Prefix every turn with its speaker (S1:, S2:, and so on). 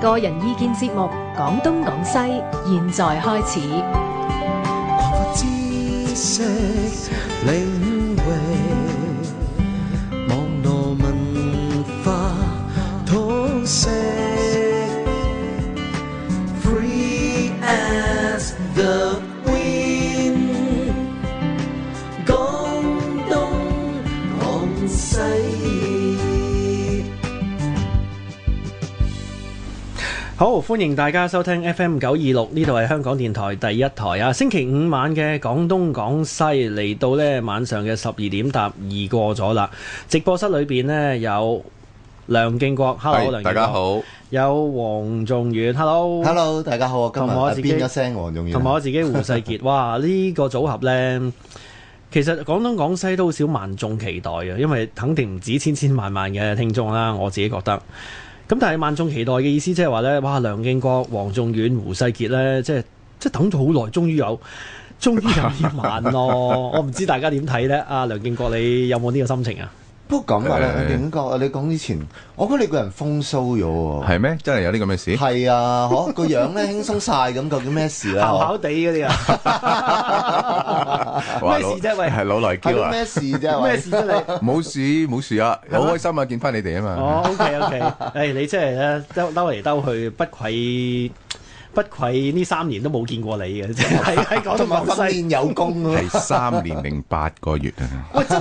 S1: 個人意見節目《廣東廣西》，現在開始。
S2: 擴闊知識領域，網絡文化通識，free as the wind。廣東廣西。
S3: 好，歡迎大家收聽 FM 九二六，呢度係香港電台第一台啊！星期五晚嘅廣東廣西嚟到呢晚上嘅十二點搭二過咗啦。直播室裏邊呢，有梁敬國，Hello 梁敬國，
S4: 大家，好，
S3: 有黃仲遠，Hello。
S5: Hello，大家好，啊我今日
S3: 同我自己
S5: 邊咗聲黃仲遠，
S3: 同埋我自己胡世傑，哇！呢、個組合呢，其實廣東廣西都好少萬眾期待嘅，因為肯定唔止千千萬萬嘅聽眾啦，我自己覺得。咁但係萬眾期待嘅意思，即係話呢，哇！梁敬國、黃仲遠、胡世傑呢，即係即係等咗好耐，終於有，終於有呢晚咯。我唔知大家點睇呢？阿梁敬國，你有冇呢個心 情啊？
S5: 不過咁啊，
S4: 誒
S5: 梁景國，你講之前，我覺得你個人風騷咗
S4: 係咩？真係有啲咁嘅 事
S5: 喎。？係啊， 嗬個樣咧輕鬆晒咁，究竟咩事啊？
S3: 姣姣
S5: 嗬
S3: 地嗰啲啊，
S4: 哇
S3: 咩事啫
S4: 老
S3: 喂
S4: 係老來
S5: 係
S4: 嬌
S5: 咯
S4: 啊！
S5: 咩事啫？
S3: 咩
S5: 喂
S3: 事啫你？
S4: 冇事冇事啊！好開心啊，見翻你哋啊嘛！
S3: 哦，OK OK，誒、你真係咧兜兜嚟兜去，不愧不愧呢三年都冇見過你嘅，即係喺喺廣東
S5: 同埋訓
S3: 廣西。
S5: 練有功啊！
S4: 係三年零八個月啊！
S3: 喂，真